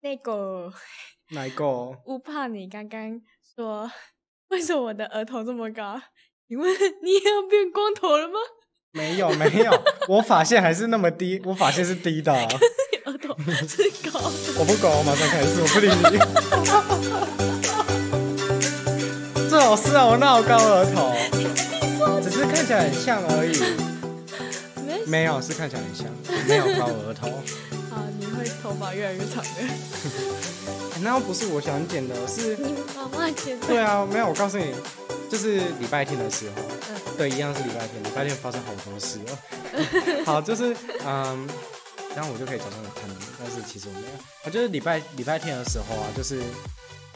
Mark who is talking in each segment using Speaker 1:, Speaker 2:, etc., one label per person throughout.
Speaker 1: 那个，
Speaker 2: 哪一个？
Speaker 1: 乌怕你刚刚说，为什么我的额头这么高？请问 你也要变光头了吗？
Speaker 2: 没有没有，我发线还是那么低，我发线是低的，我
Speaker 1: 你额头是高的。
Speaker 2: 不管，我马上开始，我不理你。 最好是啊，我闹高额头，只是看起来很像而已。
Speaker 1: 没事
Speaker 2: 没有，是看起来很像，没有高额头。
Speaker 1: 好，你会头发越来越长的。
Speaker 2: 欸那又不是我想剪的，是
Speaker 1: 你妈妈觉得
Speaker 2: 对啊，没有，我告诉你，就是礼拜天的时候，
Speaker 1: 嗯
Speaker 2: 对，一样是礼拜天，礼拜天发生好多事哦。 好，就是嗯，然后我就可以假装有看你，但是其实我没有。我就是礼拜礼拜天的时候啊，就是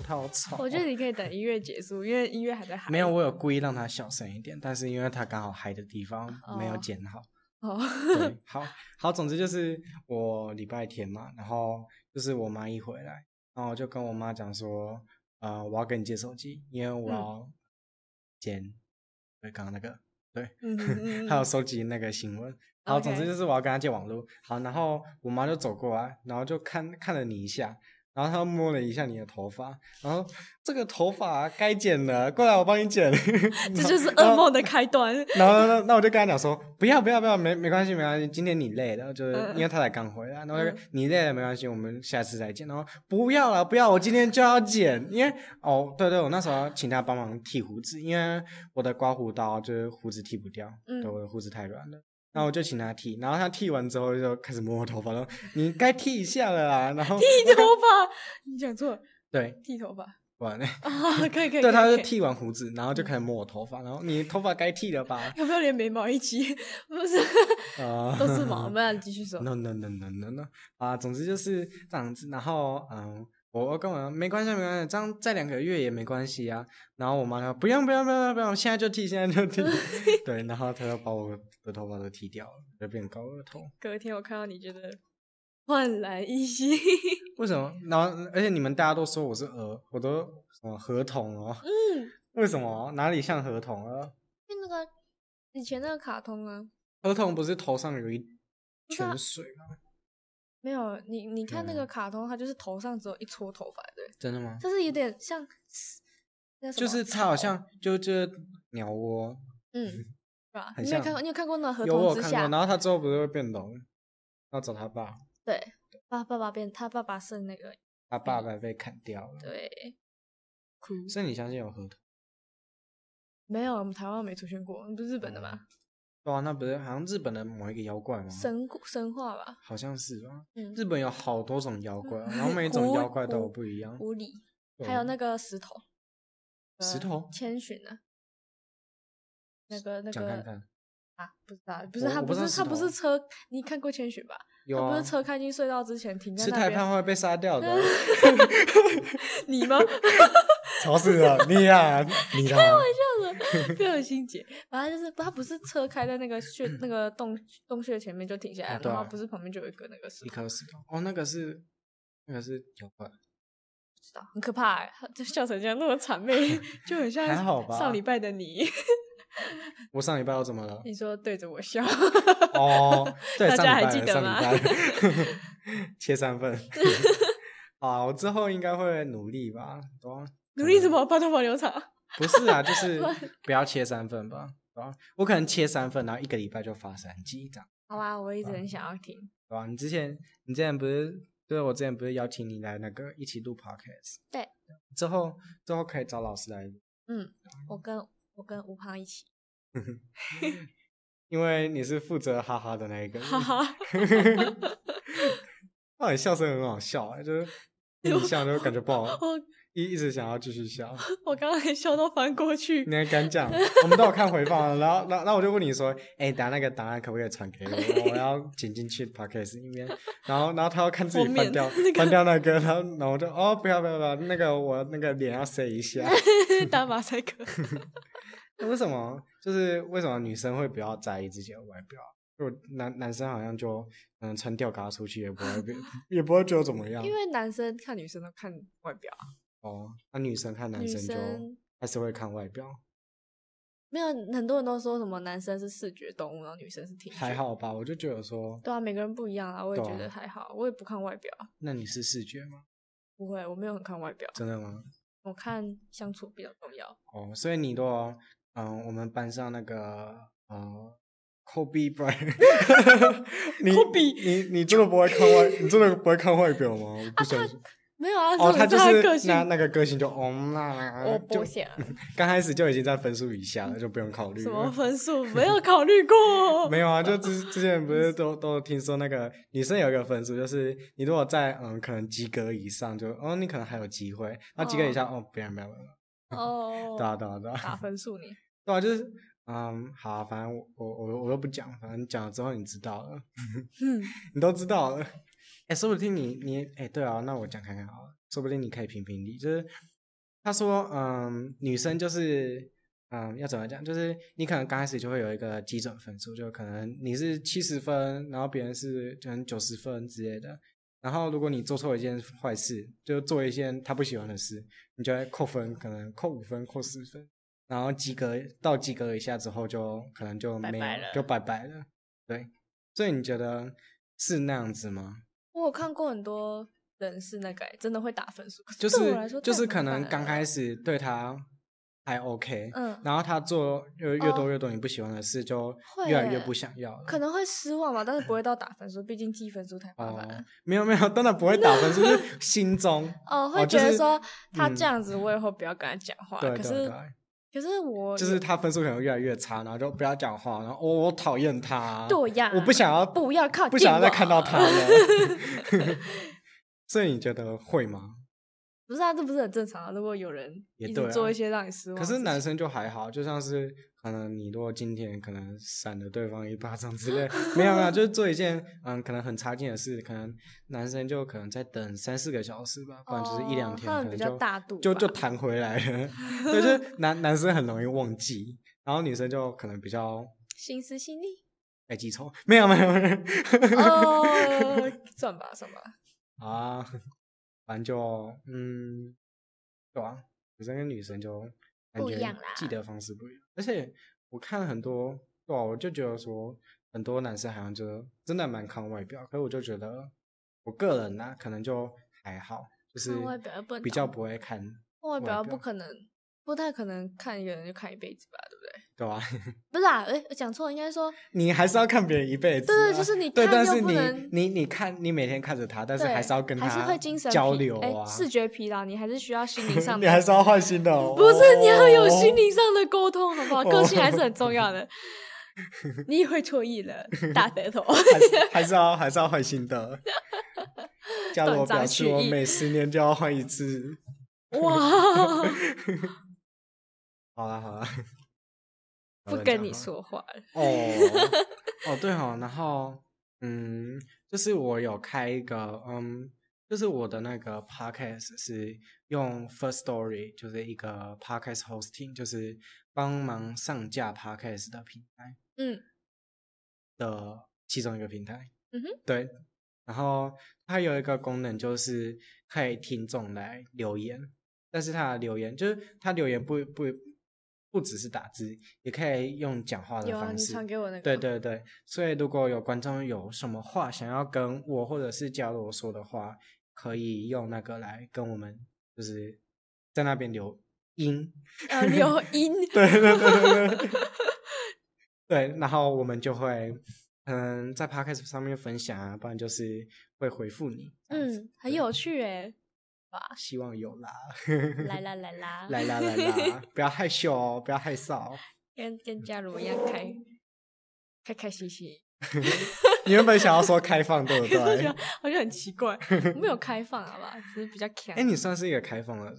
Speaker 2: 他好吵哦，
Speaker 1: 我觉得你可以等音乐结束，因为音乐还在喊。
Speaker 2: 没有，我有故意让他小声一点，但是因为他刚好嗨的地方没有剪好。
Speaker 1: 哦，
Speaker 2: 对， 好好，总之就是我礼拜天嘛，然后就是我妈一回来，然后我就跟我妈讲说，呃，我要跟你借手机，因为我要剪，对，刚刚那个，
Speaker 1: 嗯嗯
Speaker 2: 还有
Speaker 1: 嗯，
Speaker 2: 收集那个新闻。好，总之
Speaker 1: OK
Speaker 2: 就是我要跟她借网络。好，然后我妈就走过来，然后就看看了你一下，然后她摸了一下你的头发，然后这个头发啊该剪了，过来我帮你剪。
Speaker 1: 嗯这就是
Speaker 2: 然后
Speaker 1: 噩梦的开端。
Speaker 2: 然后那那我就跟他讲说，不要不要不要，没没关系没关系，今天你累了，就是
Speaker 1: 嗯
Speaker 2: 因为他才刚回来，然后就
Speaker 1: 嗯
Speaker 2: 你累了没关系，我们下次再见。然后不要了不要，我今天就要剪，因为哦对对，我那时候请他帮忙剃胡子，因为我的刮胡刀就是胡子剃不掉，
Speaker 1: 嗯
Speaker 2: 对我的胡子太软了。然后我就请他剃，然后他剃完之后就开始摸我头发，然后你该剃一下了啦。然后
Speaker 1: 剃头发，你讲错了，
Speaker 2: 对，
Speaker 1: 剃头发
Speaker 2: 完了，
Speaker 1: 啊，可以可以。
Speaker 2: 对，他
Speaker 1: 可以
Speaker 2: 就
Speaker 1: 可以
Speaker 2: 剃完胡子，然后就开始摸我头发，然后你头发该剃了吧？
Speaker 1: 要不要连眉毛一起？ 不是，
Speaker 2: 啊，
Speaker 1: 都是 毛。我们俩继续说。
Speaker 2: no no no no no no 啊，总之就是这样子。然后嗯，我我跟我妈没关系没关系，这样再两个月也没关系啊。然后我妈说不用不用不用不用，现在就剃现在就 剃。对，然后她就把我的头发都剃掉了，就变高额头。
Speaker 1: 隔天我看到你觉得焕然一新，
Speaker 2: 为什么？然后而且你们大家都说我是鹅，我都什么合同哦？
Speaker 1: 嗯，
Speaker 2: 为什么？哦哪里像合同啊？
Speaker 1: 就那个以前那个卡通啊，
Speaker 2: 合同不是头上有一
Speaker 1: 不是啊
Speaker 2: 泉水吗？
Speaker 1: 没有你，你看那
Speaker 2: 嗯
Speaker 1: 个卡通，它就是头上只有一撮头发，对，
Speaker 2: 真的吗？
Speaker 1: 就是有点像，那什
Speaker 2: 就
Speaker 1: 么
Speaker 2: 是它好
Speaker 1: 草
Speaker 2: 像就就是鸟窝，
Speaker 1: 嗯，是吧？
Speaker 2: 很
Speaker 1: 你没有
Speaker 2: 像
Speaker 1: 看过？你有看过那个合
Speaker 2: 有我
Speaker 1: 同
Speaker 2: 有
Speaker 1: 之
Speaker 2: 看
Speaker 1: 下
Speaker 2: 过，？然后他之后不是会变聋，要找他爸，
Speaker 1: 对，爸爸爸变他爸爸是那个
Speaker 2: 他
Speaker 1: 嗯
Speaker 2: 爸爸被砍掉了。
Speaker 1: 对，哭
Speaker 2: 所以你相信有合同？
Speaker 1: 没有，我们台湾没出现过，不是日本的吧？
Speaker 2: 对啊，那不是好像日本的某一个妖怪吗？
Speaker 1: 神故神话吧？
Speaker 2: 好像是吧。
Speaker 1: 嗯，
Speaker 2: 啊日本有好多种妖怪，啊
Speaker 1: 嗯
Speaker 2: 然后每一种
Speaker 1: 狐
Speaker 2: 妖怪都有
Speaker 1: 狐
Speaker 2: 不一样。
Speaker 1: 狐狸，
Speaker 2: 对
Speaker 1: 还有那个石头，
Speaker 2: 石
Speaker 1: 呃
Speaker 2: 头
Speaker 1: 千寻啊，那个那
Speaker 2: 讲看
Speaker 1: 个
Speaker 2: 看，
Speaker 1: 啊，不知道，不是
Speaker 2: 我
Speaker 1: 他
Speaker 2: 我
Speaker 1: 不
Speaker 2: 不知道
Speaker 1: 是他
Speaker 2: 石
Speaker 1: 不是
Speaker 2: 头
Speaker 1: 车，你看过千寻吧？
Speaker 2: 有
Speaker 1: 他不
Speaker 2: 啊
Speaker 1: 是，车开进隧道之前停在
Speaker 2: 吃
Speaker 1: 那
Speaker 2: 太
Speaker 1: 边，
Speaker 2: 胖会被杀 掉的，
Speaker 1: 你吗？
Speaker 2: 吵死了你呀，你啊啦，
Speaker 1: 不小心姐，反正就是他不是车开在那个穴那个洞洞穴前面就停下来，
Speaker 2: 啊对
Speaker 1: 然
Speaker 2: 啊
Speaker 1: 后不是旁边就有一个那个石
Speaker 2: 一
Speaker 1: 头，
Speaker 2: 颗石头。哦，那个是那个是妖怪，
Speaker 1: 知道很可怕、欸，他就笑成这样那么谄媚，就很像
Speaker 2: 还好吧
Speaker 1: 上礼拜的你，
Speaker 2: 我上礼拜又怎么了？
Speaker 1: 你说对着我笑，
Speaker 2: 哦，对，
Speaker 1: 大
Speaker 2: 上
Speaker 1: 家还
Speaker 2: 礼拜
Speaker 1: 记
Speaker 2: 了
Speaker 1: 得
Speaker 2: 上礼
Speaker 1: 吗
Speaker 2: 拜了 切三份。 啊，我之后应该会努力吧，对吧？
Speaker 1: 努力什么把头发留长？
Speaker 2: 不是啊，就是 不要切三份吧，对吧？我可能切三份，然后一个礼拜就发三季这样，
Speaker 1: 好吧，我一直很想要听。
Speaker 2: 对啊吧？你之前你之前不是对我之前不是邀请你来那个一起录 podcast？
Speaker 1: 对，
Speaker 2: 之后之后可以找老师来录，
Speaker 1: 嗯，我跟我跟吴胖一起，
Speaker 2: 因为你是负责哈哈的那一个人，
Speaker 1: 哈哈，
Speaker 2: 那你笑声很好笑、啊，就是一笑就感觉不好，
Speaker 1: 我
Speaker 2: 一一直想要继续笑。
Speaker 1: 我刚才笑到翻过去
Speaker 2: 你，还敢讲？我们都有看回放了，然后，然后，然后我就问你说，哎、等下那个档案可不可以传给我？我要剪进去 podcast 里面。然后，然后他要看自己
Speaker 1: 后面
Speaker 2: 翻掉，
Speaker 1: 那个
Speaker 2: 翻掉那个，然后，然后我就哦，不要不要不要，那个我那个脸要塞一下。
Speaker 1: 打马赛克。
Speaker 2: 为什么？就是为什么女生会比较在意自己的外表？就男男生好像就嗯穿吊嘎出去也不会被，也不会觉得怎么样
Speaker 1: 因为男生看女生都看外表啊，
Speaker 2: 哦。那、女生看男
Speaker 1: 女
Speaker 2: 生就
Speaker 1: 生
Speaker 2: 还是会看外表，
Speaker 1: 没有很多人都说什么男生是视觉动物，然后女生是听觉。
Speaker 2: 还。好吧？我就觉得说，
Speaker 1: 对啊，每个人不一样啊，我也
Speaker 2: 对啊
Speaker 1: 觉得还好，我也不看外表啊。
Speaker 2: 那你是视觉吗？
Speaker 1: 不会，我没有很看外表，
Speaker 2: 真的吗？
Speaker 1: 我看相处比较重要。
Speaker 2: 哦，所以你如果嗯，我们班上那个呃，Kobe Bryant，你
Speaker 1: Kobe
Speaker 2: 你你真的不会看外，你真的不会看外表吗？我不相信。
Speaker 1: 没有啊，
Speaker 2: 哦，
Speaker 1: 这
Speaker 2: 啊他
Speaker 1: 种
Speaker 2: 就是
Speaker 1: 个
Speaker 2: 是
Speaker 1: 性
Speaker 2: 那那个个性就哦 那，
Speaker 1: 我不
Speaker 2: 就
Speaker 1: 想
Speaker 2: 刚开始就已经在分数以下了，就不用考虑
Speaker 1: 什么
Speaker 2: 了。
Speaker 1: 分数，没有考虑过。
Speaker 2: 没有啊，就之之前不 是都都听说那个女生有一个分数，就是你如果在嗯可能及格以上就，哦你可能还有机会，那及格以下哦不要不要不要，
Speaker 1: 哦，
Speaker 2: 对啊对啊对啊，
Speaker 1: 打分数 你。
Speaker 2: 对啊就是嗯好啊，反正我我我我都不讲，反正讲了之后你知道了，
Speaker 1: 嗯，
Speaker 2: 你都知道了，哎说不定你你哎对啊，那我讲看看好了，说不定你可以评评理，就是他说嗯女生就是。嗯，要怎么讲？就是你可能刚开始就会有一个基准分数，就可能你是七十分，然后别人是可能九十分之类的。然后如果你做错一件坏事，就做一件他不喜欢的事，你就会扣分，可能扣五分、扣十分。然后及格到及格以下之后就，可能就没有
Speaker 1: 拜拜了
Speaker 2: 就拜拜了。对，所以你觉得是那样子吗？
Speaker 1: 我有看过很多人是那个欸、真的会打分数，可
Speaker 2: 就是
Speaker 1: 对我来说
Speaker 2: 就是
Speaker 1: 太
Speaker 2: 可
Speaker 1: 麻烦
Speaker 2: 能
Speaker 1: 了
Speaker 2: 刚开始对他还 OK，、
Speaker 1: 嗯，
Speaker 2: 然后他做越越多
Speaker 1: 哦
Speaker 2: 越多你不喜欢的事，就
Speaker 1: 会
Speaker 2: 越来越
Speaker 1: 耶
Speaker 2: 不想要了。哦
Speaker 1: 可能会失望吧，但是不会到打分数，毕竟记分数太麻烦了
Speaker 2: 哦。，没有没有，真的不会打 分，就是心中
Speaker 1: 哦，
Speaker 2: 哦
Speaker 1: 会
Speaker 2: 就
Speaker 1: 觉得
Speaker 2: 是
Speaker 1: 说他
Speaker 2: 嗯
Speaker 1: 这样子，我以后不要跟他讲话。
Speaker 2: 对
Speaker 1: 可
Speaker 2: 对
Speaker 1: 是
Speaker 2: 对，
Speaker 1: 可是我
Speaker 2: 就是他分数可能越来越差，然后就不要讲话，然后、哦、我讨厌他，
Speaker 1: 对呀，
Speaker 2: 我不想要
Speaker 1: 不要靠近
Speaker 2: 不想要再
Speaker 1: 我
Speaker 2: 看到他了。 所以你觉得会吗？
Speaker 1: 不是啊，这不是很正常啊？如果有人
Speaker 2: 也
Speaker 1: 一
Speaker 2: 对
Speaker 1: 直
Speaker 2: 啊
Speaker 1: 做一些让你失望
Speaker 2: 可
Speaker 1: 的事
Speaker 2: 是
Speaker 1: 情，
Speaker 2: 男生就还好，就像是可能你如果今天可能闪了对方一巴掌之 类，没有没有，就是做一件嗯可能很差劲的事，可能男生就可能再等三四个小时吧，不然就是一两
Speaker 1: 哦
Speaker 2: 天，
Speaker 1: 他们
Speaker 2: 可能
Speaker 1: 比较
Speaker 2: 就
Speaker 1: 大度
Speaker 2: 就就
Speaker 1: 吧
Speaker 2: 弹回来了。 对，就是男男生很容易忘记，然后女生就可能比较
Speaker 1: 心思细 腻。
Speaker 2: 爱记仇，没有没有没有。
Speaker 1: 哦，算吧算吧，
Speaker 2: 啊，反正就嗯，对啊，女生跟女生就感
Speaker 1: 不一
Speaker 2: 觉
Speaker 1: 样啦
Speaker 2: 记得方式不一样。而且我看很多，对啊，我就觉得说很多男生好像就真的蛮看外表，可是我就觉得我个人呢、啊可能就还好，就是
Speaker 1: 看外表又不能
Speaker 2: 比较
Speaker 1: 当
Speaker 2: 不会看，
Speaker 1: 外
Speaker 2: 外
Speaker 1: 表
Speaker 2: 表
Speaker 1: 不可能，不太可能看一个人就看一辈子吧，对不对？
Speaker 2: 对吧、
Speaker 1: 不是啊，哎，讲错了，应该说
Speaker 2: 你还是要看别人一辈子啊、
Speaker 1: 对就是你
Speaker 2: 对，
Speaker 1: 看
Speaker 2: 但
Speaker 1: 又
Speaker 2: 是
Speaker 1: 不
Speaker 2: 你
Speaker 1: 能
Speaker 2: 你你看，你每天看着他，但是
Speaker 1: 对，
Speaker 2: 还是要跟他
Speaker 1: 还是会精神疲
Speaker 2: 交流
Speaker 1: 哎
Speaker 2: 啊，
Speaker 1: 视觉疲劳，你还是需要心灵上的，
Speaker 2: 你还是要换哦新的、哦，
Speaker 1: 不是你要有心
Speaker 2: 理。
Speaker 1: 灵上的沟通，好不好？
Speaker 2: 哦
Speaker 1: 个性还是很重要的。 你也会错意 了，大舌头。
Speaker 2: 还是还是要还是要换新的。假如我表示我每十年就要换一次，
Speaker 1: 哇，
Speaker 2: 好啦好啦，
Speaker 1: 不跟你说话了。
Speaker 2: 哦哦对哦，然后嗯，就是我有开一个嗯，就是我的那个 podcast 是用 First Story，就是一个 podcast hosting，就是帮忙上架 podcast 的平台。
Speaker 1: 嗯，
Speaker 2: 的其中一个平台。
Speaker 1: 嗯哼，
Speaker 2: 对。然后它有一个功能，就是可以听众来留言，但是它的留言就是它留言不不不只是打字，也可以用讲话的
Speaker 1: 有啊，
Speaker 2: 方
Speaker 1: 你
Speaker 2: 式。
Speaker 1: 传给我那个。
Speaker 2: 对。对对，所以如果有观众有什么话想要跟我或者是嘉罗说的话，可以用那个来跟我们，就是在那边留音。
Speaker 1: 呃， 留音。
Speaker 2: 对对对对对。 对，然后我们就会，嗯，在 podcast 上面分享啊，不然就是会回复你。这样子
Speaker 1: 嗯，很有趣哎。
Speaker 2: 希望有啦，
Speaker 1: 来啦来啦，
Speaker 2: 来啦来啦，不要害羞哦，不要害臊哦。
Speaker 1: 跟跟嘉如一样开，开开心心。
Speaker 2: 你原本想要说开放，对不
Speaker 1: 可是 我觉？
Speaker 2: 对
Speaker 1: 得好像很奇怪，我没有开放好吧，只是比较强。
Speaker 2: 哎、你算是一个开放的人，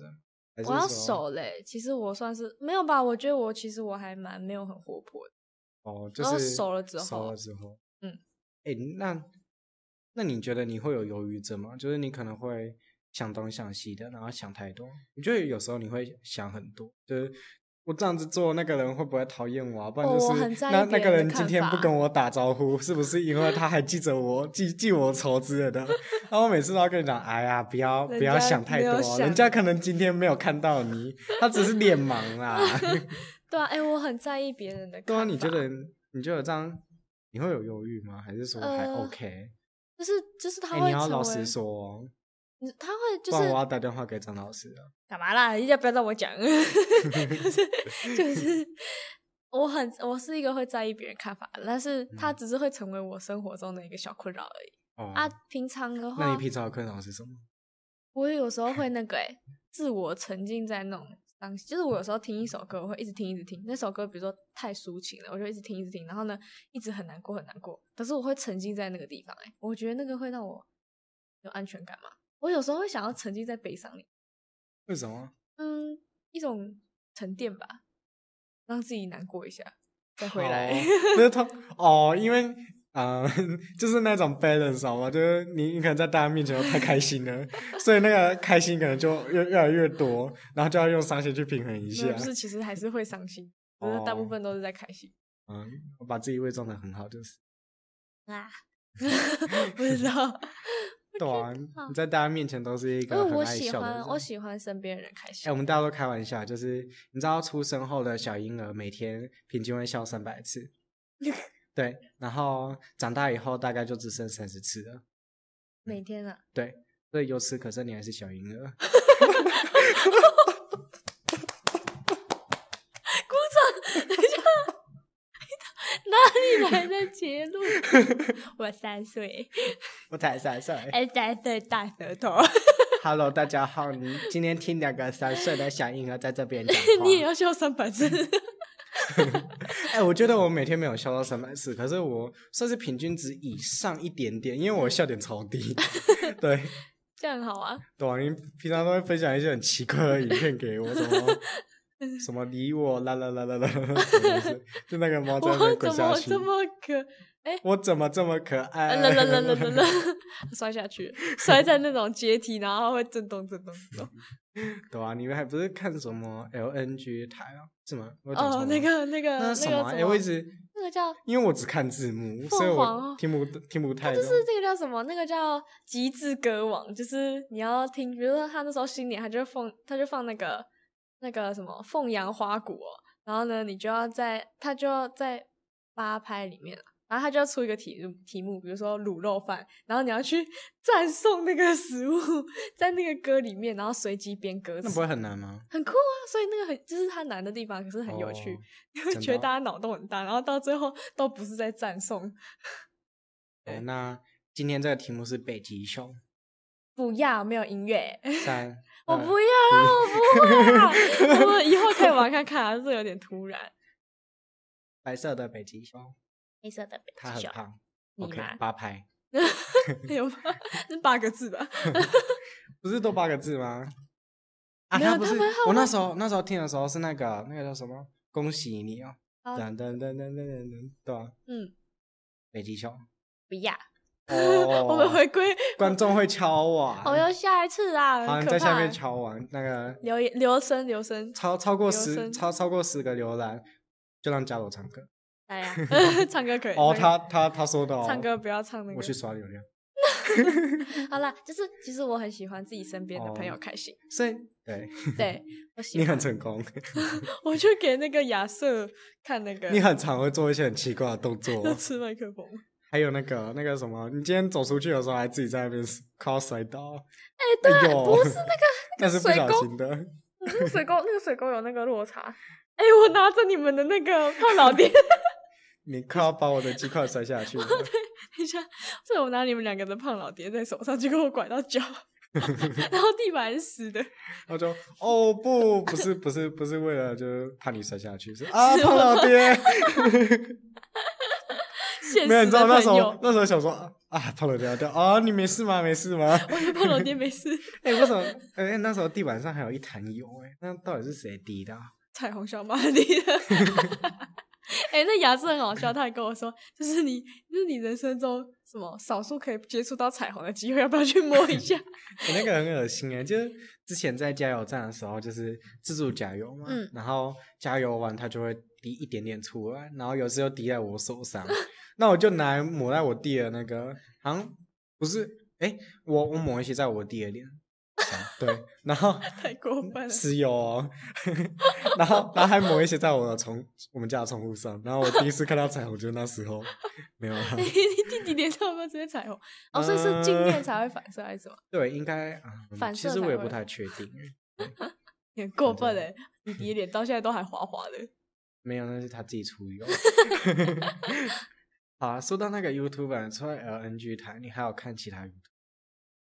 Speaker 2: 还是
Speaker 1: 我要
Speaker 2: 说
Speaker 1: 守嘞，其实我算是没有吧，我觉得我其实我还蛮没有很活泼的。
Speaker 2: 哦，就
Speaker 1: 我要
Speaker 2: 是
Speaker 1: 熟了之
Speaker 2: 熟
Speaker 1: 后
Speaker 2: 了之后，
Speaker 1: 嗯，
Speaker 2: 哎、那那你觉得你会有忧郁症吗？就是你可能会想东想西的，然后想太多。你觉得有时候你会想很多，就是我这样子做，那个人会不会讨厌我、啊？不然
Speaker 1: 哦
Speaker 2: 就
Speaker 1: 我
Speaker 2: 是、
Speaker 1: 很在意
Speaker 2: 那
Speaker 1: 别
Speaker 2: 那个
Speaker 1: 人的
Speaker 2: 人今
Speaker 1: 看
Speaker 2: 天不
Speaker 1: 法
Speaker 2: 跟我打招呼，是不是因为他还记着我，记记我仇之类的？ 然后我每次都要跟你讲，哎呀，不要不
Speaker 1: 人
Speaker 2: 要
Speaker 1: 家
Speaker 2: 想太
Speaker 1: 没有
Speaker 2: 多，人
Speaker 1: 想
Speaker 2: 家可能今天没有看到你，他只是脸盲啦。
Speaker 1: 对啊，哎、我很在意别人的看法。
Speaker 2: 对啊，你觉得你觉得这样你会有忧郁吗？还是说还
Speaker 1: 呃
Speaker 2: OK？
Speaker 1: 就是就是他
Speaker 2: 哎、
Speaker 1: 会
Speaker 2: 你要
Speaker 1: 成
Speaker 2: 老实
Speaker 1: 为，
Speaker 2: 说哦，
Speaker 1: 你他会就
Speaker 2: 不然
Speaker 1: 是
Speaker 2: 我要打电话给张老师了。
Speaker 1: 干嘛啦？一定要不要让我讲？ 就是就是，我很我是一个会在意别人看法的，但是
Speaker 2: 嗯
Speaker 1: 它只是会成为我生活中的一个小困扰而已。
Speaker 2: 哦，
Speaker 1: 啊，平常的
Speaker 2: 那
Speaker 1: 话
Speaker 2: 你，平常的困扰是什么？
Speaker 1: 我有时候会那个诶、欸自我沉浸在那种当，就是我有时候听一首歌，我会一直听一直听。那首歌比如说太抒情了，我就一直听一直听，然后呢，一直很难过很难过。可是我会沉浸在那个地方诶、欸我觉得那个会让我有安全感嘛。我有时候会想要沉浸在悲伤里。
Speaker 2: 为什么？
Speaker 1: 嗯，一种沉淀吧，让自己难过一下，再回来。
Speaker 2: 哦不是通哦，因为啊、呃 就是那种 balance 好吗？就是你你可能在大家面前又太开 心了，所以那个开心可能就越越来越多，然后就要用伤心去平衡一
Speaker 1: 没
Speaker 2: 下
Speaker 1: 有，。就是其实还是会伤 心，只是大部
Speaker 2: 哦
Speaker 1: 分都是在开心。
Speaker 2: 嗯，我把自己伪装的很好，就是
Speaker 1: 啊， 不知道，
Speaker 2: 对啊，你在大家面前都是一
Speaker 1: 因
Speaker 2: 个
Speaker 1: 为
Speaker 2: 很
Speaker 1: 我
Speaker 2: 爱
Speaker 1: 喜
Speaker 2: 笑的
Speaker 1: 欢
Speaker 2: 人。
Speaker 1: 我喜欢身边人开
Speaker 2: 哎、
Speaker 1: 心
Speaker 2: 我。们大家都开玩笑，就是你知道出生后的小婴儿每天平均会笑三百 次，对，然后长大以后大概就只剩三十次了。
Speaker 1: 每天 啊，
Speaker 2: 对，所以由此可证，你还是小婴儿。
Speaker 1: 鼓掌！等一下， 哪里来的结论？ 我三岁，
Speaker 2: 我才三岁。
Speaker 1: 哎，三岁大舌头，
Speaker 2: Hello，大家好，你今天听两个三岁的小婴儿在这边讲 话。
Speaker 1: 你也要笑三百次。
Speaker 2: 哎、我觉得我每天没有笑到三百次，可是我算是平均值以上一点点，因为我笑点超 低。对，
Speaker 1: 这样好 啊，
Speaker 2: 抖音平常都会分享一些很奇怪的影片给我，什么 什么理我啦啦啦啦啦，什么东西就那个猫在那
Speaker 1: 我
Speaker 2: 边滚
Speaker 1: 怎
Speaker 2: 下
Speaker 1: 么
Speaker 2: 去哎
Speaker 1: 这，么可
Speaker 2: 我怎么这么可
Speaker 1: 啊
Speaker 2: 爱？
Speaker 1: 啦啦啦啦啦 啦， 摔下去，摔在那种阶梯，然后会震动震动震动。
Speaker 2: 对啊，你们还不是看什么 LNG 台啊？是吗？ 我讲
Speaker 1: 哦
Speaker 2: 错了，
Speaker 1: 那个那个
Speaker 2: 那
Speaker 1: 个
Speaker 2: 是
Speaker 1: 什
Speaker 2: 什么
Speaker 1: 么
Speaker 2: 啊？哎、我一直
Speaker 1: 那个叫
Speaker 2: 因为我只看字幕，所以
Speaker 1: 凤凰
Speaker 2: 我
Speaker 1: 哦
Speaker 2: 听不听不太
Speaker 1: 就
Speaker 2: 懂。
Speaker 1: 是这个叫什么？那个叫极致歌王，就是你要听，比如说他那时候新年，他就放他就放那个那个什么凤阳花鼓、哦，然后呢，你就要在他就要在八拍里面。然后他就要出一个题目，题目，比如说卤肉饭，然后你要去 赞颂那个食物在那个歌里面，然后随机编歌词。
Speaker 2: 那不会很难吗？
Speaker 1: 很酷啊，所以那个很就是它难的地方，可是很有 趣，
Speaker 2: 哦
Speaker 1: 你会
Speaker 2: 真
Speaker 1: 觉得
Speaker 2: 的哦
Speaker 1: 大家脑洞很大，然后到最后都不是在赞颂，
Speaker 2: 哦，那今天这个题目是北极熊。
Speaker 1: 不要没有音乐，
Speaker 2: 三， 呃
Speaker 1: 我
Speaker 2: 二
Speaker 1: 不要啊，我不会啊， 我以后可以玩看看啊，这有点突然。
Speaker 2: 白色的北极熊，
Speaker 1: 黑色的北
Speaker 2: 它很胖。
Speaker 1: 你
Speaker 2: OK，
Speaker 1: 吗
Speaker 2: 八拍，
Speaker 1: 有吗？是八个字吧？
Speaker 2: 不是都八个字吗？啊，
Speaker 1: 没有
Speaker 2: 它不是
Speaker 1: 它们它。
Speaker 2: 我那时候那时候听的时候是那个那个叫什么？恭喜你哦！
Speaker 1: 啊
Speaker 2: 噔噔噔噔噔噔噔，对啊，
Speaker 1: 嗯，
Speaker 2: 北极熊。
Speaker 1: 不要，
Speaker 2: 哦，
Speaker 1: 我们回归，
Speaker 2: 观众会敲 碗，
Speaker 1: 好要下一次啊，
Speaker 2: 好，
Speaker 1: 很
Speaker 2: 你
Speaker 1: 可
Speaker 2: 在下
Speaker 1: 怕
Speaker 2: 面。敲碗，那个
Speaker 1: 留言留声留声，
Speaker 2: 超超过
Speaker 1: 流
Speaker 2: 十
Speaker 1: 声
Speaker 2: 超超过十个浏览，就让嘉柔唱歌。
Speaker 1: 来 呀，唱歌可以
Speaker 2: 哦，他他他说的哦，
Speaker 1: 唱歌不要唱那个
Speaker 2: 我去刷流量。
Speaker 1: 好啦，就是其实我很喜欢自己身边的朋友
Speaker 2: 哦
Speaker 1: 开 心，
Speaker 2: 所以对
Speaker 1: 对我喜
Speaker 2: 你
Speaker 1: 欢
Speaker 2: 很，成功，
Speaker 1: 我就给那个亚瑟看那个，
Speaker 2: 你很常会做一些很奇怪的动作哦
Speaker 1: 要，吃麦克风，
Speaker 2: 还有那个那个什么，你今天走出去的时候还自己在那边靠摔倒。哎
Speaker 1: 对
Speaker 2: 呦
Speaker 1: 不是那个
Speaker 2: 那是不
Speaker 1: 水
Speaker 2: 小
Speaker 1: 沟
Speaker 2: 心的。
Speaker 1: 那个水沟那个水沟有那个落差。 哎、我拿着你们的那 个胖老爹，
Speaker 2: 你快要把我的鸡块摔下 去了，
Speaker 1: 等一下，所以我拿你们两个的胖老爹在手上，结果我拐到脚， 然后地板还是湿的。
Speaker 2: 然后就哦不，不是不是不是为了就是怕你摔下去，是啊
Speaker 1: 是
Speaker 2: 胖老爹，
Speaker 1: 现实
Speaker 2: 没有，
Speaker 1: 的
Speaker 2: 你知道那时
Speaker 1: 朋
Speaker 2: 候
Speaker 1: 友，
Speaker 2: 那时候想说啊啊胖老爹要掉啊，你没事吗？没事吗？
Speaker 1: 我的胖老爹没 事，
Speaker 2: 哎、为什么？哎、那时候地板上还有一滩油、哎，那到底是谁滴的啊、
Speaker 1: 彩虹小马里的。 哎、那牙齿很好笑，他还跟我说，就是你，就是你人生中什么少数可以接触到彩虹的机会，要不要去摸一下？
Speaker 2: 哎那个很恶心哎、就是之前在加油站的时候，就是自助加油嘛，
Speaker 1: 嗯
Speaker 2: 然后加油完它就会滴一点点出来，然后有时候滴在我手 上，那我就拿来抹在我弟的那个，好像不是，哎、我我抹一些在我弟的脸，上，对，然后
Speaker 1: 太过分了。
Speaker 2: 是有、哦， 然后然后还抹一些在我的宠我们家的宠物上，然后我第一次看到彩虹就是那时候，没有啦，
Speaker 1: 你弟弟脸上有没有直接彩虹？哦，所以是镜面才会反射还是什么？
Speaker 2: 对，应该啊、嗯
Speaker 1: 反
Speaker 2: 其
Speaker 1: 射
Speaker 2: 实
Speaker 1: 才
Speaker 2: 我也
Speaker 1: 会
Speaker 2: 不
Speaker 1: 吧
Speaker 2: 太确定，欸
Speaker 1: 你很过分哎，弟弟的脸到现在都还滑滑的。
Speaker 2: 没有，那是他自己出游。好、啊，说到那个 YouTube，除了 LNG 台，你还有看其他 YouTube？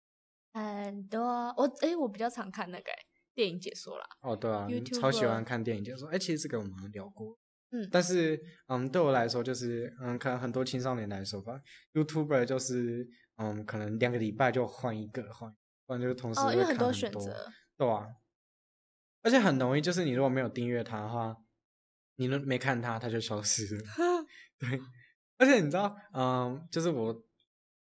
Speaker 1: 很多我哎、我比较常看那个、欸、电影解说啦。
Speaker 2: 哦，对啊，你超喜
Speaker 1: YouTuber
Speaker 2: 欢看电影解说。哎、其实这个我们好像聊过。
Speaker 1: 嗯
Speaker 2: 但是，嗯，对我来说，就是，嗯，可能很多青少年来说吧，YouTuber 就是，嗯，可能两个礼拜就换一个，换，不然就是同时
Speaker 1: 哦，因为
Speaker 2: 会看
Speaker 1: 多
Speaker 2: 多
Speaker 1: 选择，
Speaker 2: 对啊，而且很容易，就是你如果没有订阅它的话，你都没看它，它就消失了。对，而且你知道，嗯，就是我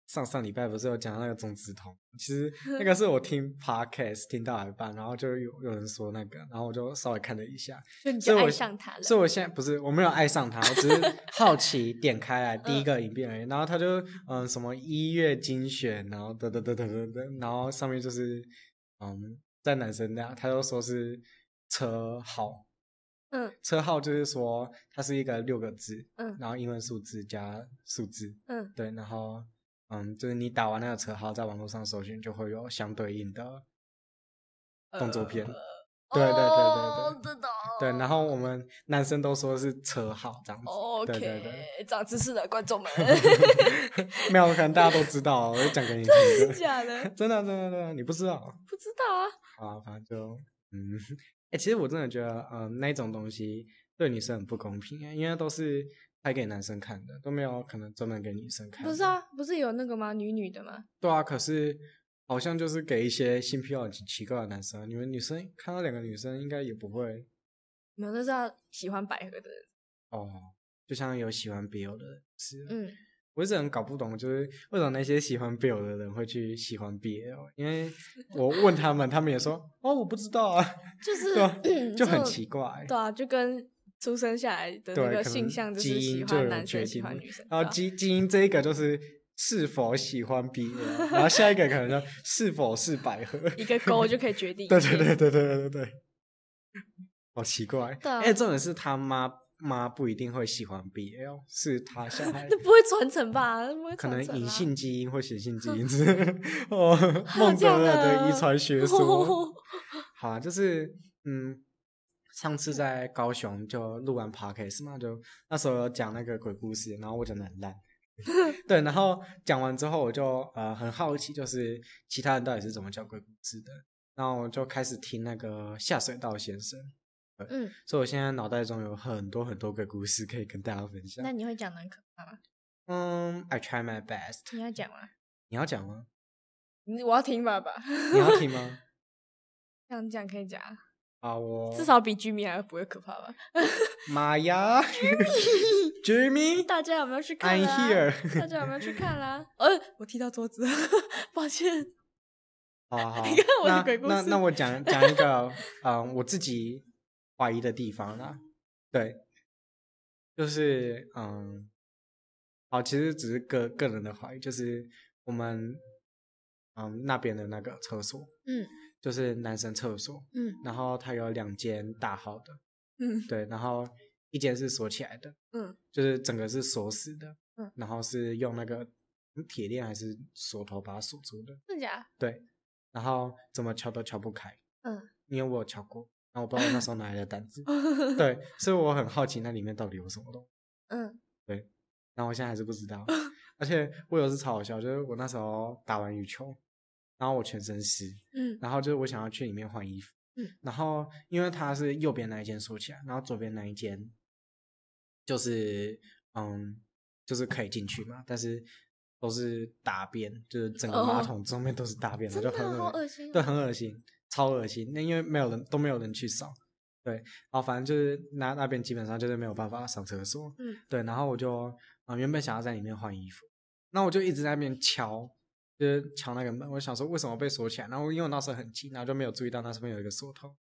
Speaker 2: 上上礼拜不是有讲到那个中子通，其实那个是我听 podcast 听到一半，然后就有有人说那个，然后我就稍微看了一下，
Speaker 1: 就你
Speaker 2: 所
Speaker 1: 就
Speaker 2: 以我
Speaker 1: 爱上他了。
Speaker 2: 所以我现在不是我没有 爱上它，我只是好奇点开来第一个影片而已，然后它就嗯什么一月精选，然后得得得得得得，然后上面就是嗯在男生那样，他就说是车号。
Speaker 1: 嗯
Speaker 2: 车号就是说它是一个六个字，
Speaker 1: 嗯
Speaker 2: 然后英文数字加数字，
Speaker 1: 嗯，
Speaker 2: 对，然后嗯，就是你打完那个车号，在网络上搜寻就会有相对应的动作片，
Speaker 1: 呃
Speaker 2: 对对对对
Speaker 1: 哦
Speaker 2: 对
Speaker 1: 知道。
Speaker 2: 对，然后我们男生都说是车号这样子，对对
Speaker 1: 哦 OK，长知识的观众们，
Speaker 2: 对，没有，可能大家都知道，我就讲给你听
Speaker 1: 真
Speaker 2: 的，
Speaker 1: 假的？
Speaker 2: 真的真的真的，你不知道
Speaker 1: 不知道啊。
Speaker 2: 啊，反正就嗯，哎、其实我真的觉得，嗯，那一种东西对女生很不公平，欸因为都是拍给男生看的，都没有可能专门给女生看，
Speaker 1: 不是。啊，不是有那个吗？女女的吗？
Speaker 2: 对啊，可是好像就是给一些性癖好很奇怪的男生啊，你们女生看到两个女生应该也不会
Speaker 1: 没有，那是要喜欢百合的人。
Speaker 2: 哦，就像有喜欢 BL 的人是，
Speaker 1: 嗯，
Speaker 2: 我一直很搞不懂，就是为什么那些喜欢 BL 的人会去喜欢 BL，因为 我问他们，他们也说哦我不知道啊，
Speaker 1: 嗯就是，
Speaker 2: 对、啊就
Speaker 1: 这
Speaker 2: 很
Speaker 1: 种
Speaker 2: 奇怪。
Speaker 1: 对啊，就跟出生下来的
Speaker 2: 对，
Speaker 1: 那
Speaker 2: 可
Speaker 1: 个
Speaker 2: 能
Speaker 1: 性向就是
Speaker 2: 基
Speaker 1: 喜
Speaker 2: 因就
Speaker 1: 欢
Speaker 2: 有
Speaker 1: 男
Speaker 2: 决
Speaker 1: 生，喜
Speaker 2: 定
Speaker 1: 欢
Speaker 2: 的
Speaker 1: 女生。
Speaker 2: 然后
Speaker 1: 对啊
Speaker 2: 基基因这一个就是是否喜欢 BL，然后下一个可能就是否是百合，
Speaker 1: 一个勾就可以决定一切。
Speaker 2: 对对对对对对对对，好奇怪。
Speaker 1: 对啊
Speaker 2: 哎，重点是他妈妈不一定会喜欢 BL，是他小孩
Speaker 1: 那不会传承吧？那不会
Speaker 2: 可
Speaker 1: 传
Speaker 2: 能
Speaker 1: 承
Speaker 2: 隐
Speaker 1: 啊
Speaker 2: 性基因或显性基因 之类的哦，孟
Speaker 1: 这样
Speaker 2: 德尔的
Speaker 1: 的
Speaker 2: 遗传学 说。
Speaker 1: 哦
Speaker 2: 好啊，就是嗯，上次在高雄就录完 podcast 嘛，就那时候有讲那个鬼故事，然后我讲的 很烂。对，然后讲完之后，我就呃很好奇，就是其他人到底是怎么讲鬼故事的。然后我就开始听那个下水道先生，
Speaker 1: 嗯，
Speaker 2: 所以我现在脑袋中有很多很多个故事可以跟大家分享
Speaker 1: 那。你会讲的很可怕吗？
Speaker 2: 嗯，I try my best。
Speaker 1: 你要讲吗？
Speaker 2: 你要讲吗？
Speaker 1: 你我要听爸爸，
Speaker 2: 你要听吗？
Speaker 1: 这样讲可以讲啊，
Speaker 2: 啊，我
Speaker 1: 至少比居民还不会可怕吧？
Speaker 2: 妈呀 ，Jimmy，
Speaker 1: 大家有没有去看
Speaker 2: I'm
Speaker 1: 啦
Speaker 2: here
Speaker 1: 大家有没有去看 啦？呃，我踢到桌子， 抱歉。
Speaker 2: 好好 好，
Speaker 1: 你看我的
Speaker 2: 那
Speaker 1: 鬼故
Speaker 2: 那
Speaker 1: 事
Speaker 2: 那我讲讲一个， 嗯，我自己怀疑的地方啦。对，就是嗯，好，其实只是个个人的怀疑，就是我们嗯那边的那个厕所，
Speaker 1: 嗯
Speaker 2: 就是男生厕所，
Speaker 1: 嗯
Speaker 2: 然后它有两间大号的，
Speaker 1: 嗯
Speaker 2: 对，然后一间是锁起来的，
Speaker 1: 嗯，
Speaker 2: 就是整个是锁死的，
Speaker 1: 嗯，
Speaker 2: 然后是用那个嗯铁链还是锁头把它锁住的，
Speaker 1: 真 假？
Speaker 2: 对，然后怎么敲都敲不开，
Speaker 1: 嗯，
Speaker 2: 因为我有敲过，然后我不知道我那时候哪来的胆 子，对，所以我很好奇那里面到底有什么东西，
Speaker 1: 嗯
Speaker 2: 然后我现在还是不 知道，而且我有一次超好笑，就是我那时候打完羽球，然后我全身湿，
Speaker 1: 嗯
Speaker 2: 然后就是我想要去里面换衣服，
Speaker 1: 嗯，
Speaker 2: 然后因为它是右边那一间锁起来，然后左边那一间就是嗯就是可以进去嘛，但是都是大便，就是整个马
Speaker 1: 哦
Speaker 2: 桶中面都是大便，我
Speaker 1: 真
Speaker 2: 就
Speaker 1: 的
Speaker 2: 很
Speaker 1: 好
Speaker 2: 恶啊
Speaker 1: 恶心哦
Speaker 2: 对，很恶心，超恶心。那因为没有人都没有人去扫，对，然后反正就是那那边基本上就是没有办法上厕所，
Speaker 1: 嗯，
Speaker 2: 对，然后我就啊、呃原本想要在里面换衣服，那我就一直在那边敲，就是敲那个门，我想说为什么被锁起来，然后因为我那时候很急，然后就没有注意到那上面有一个锁头，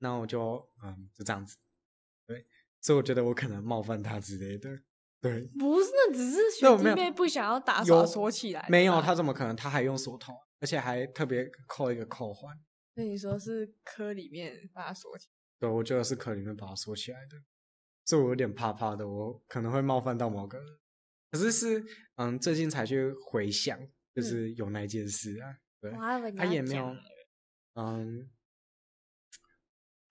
Speaker 2: 然后我就嗯就这样子，对，所以我觉得我可能冒犯他之类的，对，
Speaker 1: 不是，那只是
Speaker 2: 那我
Speaker 1: 学
Speaker 2: 没
Speaker 1: 弟
Speaker 2: 有
Speaker 1: 妹不想要打
Speaker 2: 有
Speaker 1: 扫锁起来的吧。
Speaker 2: 没有，他怎么可能？他还用锁头，而且还特别扣一个扣环，
Speaker 1: 那你说是科里面把它锁起来？
Speaker 2: 对，我觉得是壳里面把它锁起来的，所以我有点怕怕的，我可能会冒犯到某个人。可是是嗯，最近才去回想，就是有那件事啊，对，
Speaker 1: 我还以为你
Speaker 2: 他
Speaker 1: 要
Speaker 2: 也没
Speaker 1: 嗯讲
Speaker 2: 有，嗯，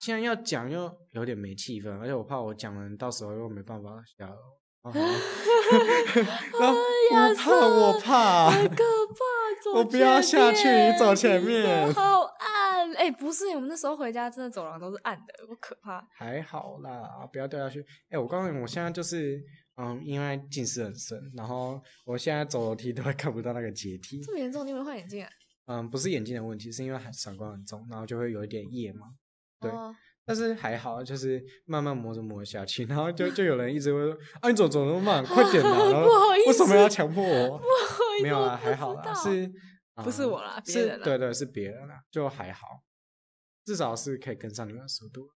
Speaker 2: 现在要讲又有点没气氛，而且我怕我讲了，到时候又没办法下楼。哦、好 我
Speaker 1: 哎亚
Speaker 2: 怕，我
Speaker 1: 瑟
Speaker 2: 怕，
Speaker 1: 很可怕，走
Speaker 2: 我不要
Speaker 1: 前
Speaker 2: 下去
Speaker 1: 面
Speaker 2: 走前
Speaker 1: 真的
Speaker 2: 面
Speaker 1: 好暗。哎、不是，我们那时候回家真的走廊都是暗的，我可怕。
Speaker 2: 还好啦，不要掉下去。哎、我告诉你，我现在就是，嗯，因为近视很深，然后我现在走楼梯都会看不到那个阶梯。
Speaker 1: 这么严重，你有没有换眼镜啊？
Speaker 2: 嗯，不是眼睛的问题，是因为还散光很重，然后就会有一点夜盲。对
Speaker 1: 哦、
Speaker 2: 但是还好，就是慢慢磨着磨着下去，然后就就有人一直会说：“啊，你走走那么慢，快点啦！”然后
Speaker 1: 不好意思
Speaker 2: 为什么要强迫我？
Speaker 1: 不好意思
Speaker 2: 没有
Speaker 1: 我
Speaker 2: 啊，
Speaker 1: 不
Speaker 2: 还好
Speaker 1: 知
Speaker 2: 啦，
Speaker 1: 道
Speaker 2: 是、
Speaker 1: 不是
Speaker 2: 嗯
Speaker 1: 我啦别
Speaker 2: 是
Speaker 1: 人啦
Speaker 2: 对对，是别人啦，就还好，至少是可以跟上你们的速度。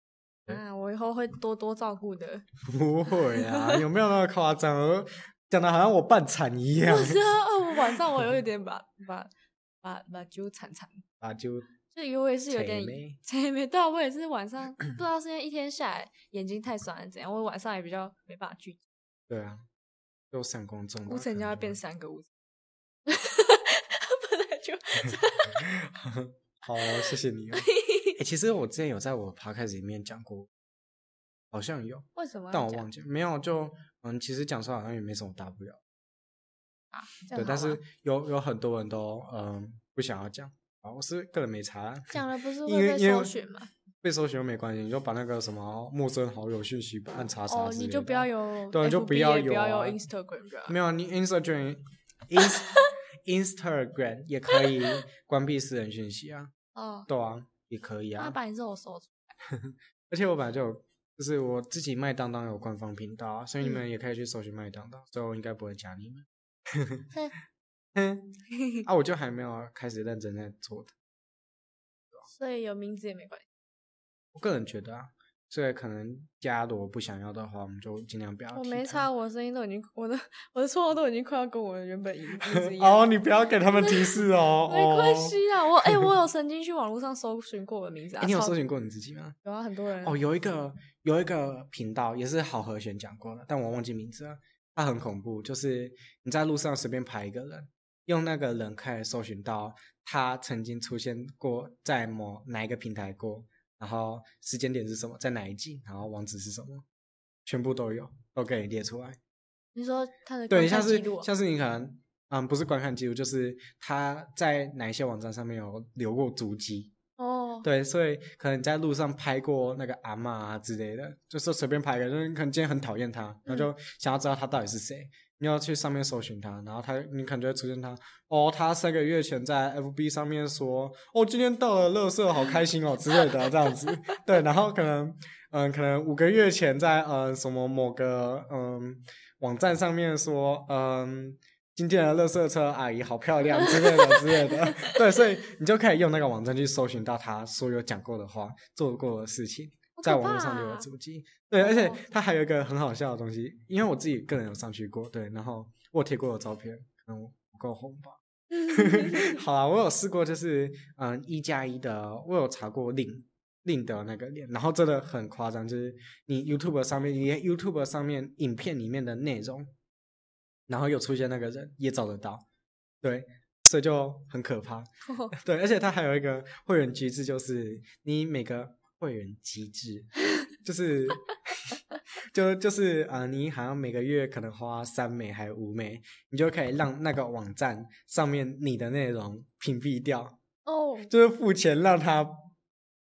Speaker 2: 对
Speaker 1: 啊，我以后会多多照顾 的。
Speaker 2: 不会啊， 有没有那么夸张？我讲的好像我半残一样
Speaker 1: 不，是啊，哦，我晚上我有一点把把把把酒惨惨，
Speaker 2: 啊，就
Speaker 1: 就因为我也是有点
Speaker 2: 切咩
Speaker 1: 才没到，啊我也是晚上不知道是因为一天下来眼睛太酸了怎样，我晚上也比较没办法聚集，
Speaker 2: 对啊，就散光重，
Speaker 1: 乌层就
Speaker 2: 可能
Speaker 1: 要变
Speaker 2: 就
Speaker 1: 三个乌层， 本来就
Speaker 2: 好、哦，谢谢你、哦欸其实我之前有在我 p 开始里面讲过，好像有，
Speaker 1: 为什么要
Speaker 2: 但我
Speaker 1: 讲
Speaker 2: 忘记了没有。就嗯，其实讲出来好像也没什么大不了，
Speaker 1: 啊？这样
Speaker 2: 对。但
Speaker 1: 好吗
Speaker 2: 是有有很多人都嗯不想要讲，啊，我是个人没查，
Speaker 1: 讲了不是
Speaker 2: 因
Speaker 1: 会
Speaker 2: 为
Speaker 1: 被
Speaker 2: 因
Speaker 1: 搜
Speaker 2: 为
Speaker 1: 寻吗？
Speaker 2: 被搜寻又没关系，你就把那个什么陌生好友讯息按查查
Speaker 1: 哦，
Speaker 2: 之
Speaker 1: 你
Speaker 2: 类
Speaker 1: 就
Speaker 2: 的
Speaker 1: 不要有
Speaker 2: 对，就
Speaker 1: FB
Speaker 2: 不要
Speaker 1: 也不
Speaker 2: 有
Speaker 1: 要有
Speaker 2: 啊
Speaker 1: Instagram 就好
Speaker 2: 没有，你 Instagram Inst Instagram 也可以关闭私人讯息啊，
Speaker 1: 哦，
Speaker 2: 对啊，也可以
Speaker 1: 那
Speaker 2: 啊。
Speaker 1: 把你肉搜出
Speaker 2: 而且我本来就有，就是我自己麦当当有官方频道啊，所以你们
Speaker 1: 嗯
Speaker 2: 也可以去搜寻麦当当，所以我应该不会加你们。
Speaker 1: 哼
Speaker 2: 哼， 啊，我就还没有开始认真在做的。
Speaker 1: 所以有名字也没关系，
Speaker 2: 我个人觉得啊，所以可能加如果不想要的话，我们就尽量不要。
Speaker 1: 我没差，。我的声音都已经，我的我的绰号都已经快要跟我原本一名字 一样了。
Speaker 2: 哦，你不要给他们提示哦。
Speaker 1: 没关
Speaker 2: 哦。
Speaker 1: 系啊，我哎、我有曾经去网络上搜寻过我的名字啊，
Speaker 2: 哎你有
Speaker 1: 超
Speaker 2: 搜寻过你自己吗？
Speaker 1: 有啊，很多人
Speaker 2: 哦，有一个有一个频道也是好和弦讲过的，但我忘记名字了。它很恐怖，就是你在路上随便排一个人，用那个人可以搜寻到他曾经出现过在某哪一个平台过，然后时间点是什么，在哪一季，然后网址是什么，全部都有，都给你列出来。
Speaker 1: 你说他的
Speaker 2: 对，
Speaker 1: 观
Speaker 2: 像
Speaker 1: 看
Speaker 2: 是
Speaker 1: 记录啊
Speaker 2: 像是你可能嗯，不是观看记录，就是他在哪一些网站上面有留过足迹，
Speaker 1: 哦，
Speaker 2: 对，所以可能你在路上拍过那个阿嬷啊之类的，就是随便拍一个，就是你可能今天很讨厌他，然后就想要知道他到底是谁，你要去上面搜寻他，然后他你可能就会出现他，哦，他三个月前在 FB 上面说，哦，今天到了乐色，好开心哦之类的这样子， 对，然后可能嗯，可能五个月前在嗯什么某个嗯网站上面说嗯。今天的垃圾车阿姨好漂亮之类的之 类的，对，所以你就可以用那个网站去搜寻到他所有讲过的话、做过的事情，
Speaker 1: 好可
Speaker 2: 在网
Speaker 1: 怕
Speaker 2: 络上留
Speaker 1: 啊
Speaker 2: 的足迹。对，而且
Speaker 1: 哦
Speaker 2: 他还有一个很好笑的东西，因为我自己个人有上去过，对，然后我有贴过我的照片，可能我不够红吧。 好啊，我有试过，就是嗯一加一的，我有查过令令的那个链，然后真的很夸张，就是你 YouTube 上面，你 YouTube 上面影片里面的内容，然后有出现那个人也找得到，对，所以就很可怕。对，而且它还有一个会员机制，就是你每个会员机制就是就就是啊、呃你好像每个月可能花三美还五美，你就可以让那个网站上面你的内容屏蔽掉，
Speaker 1: 哦，
Speaker 2: 就是付钱让它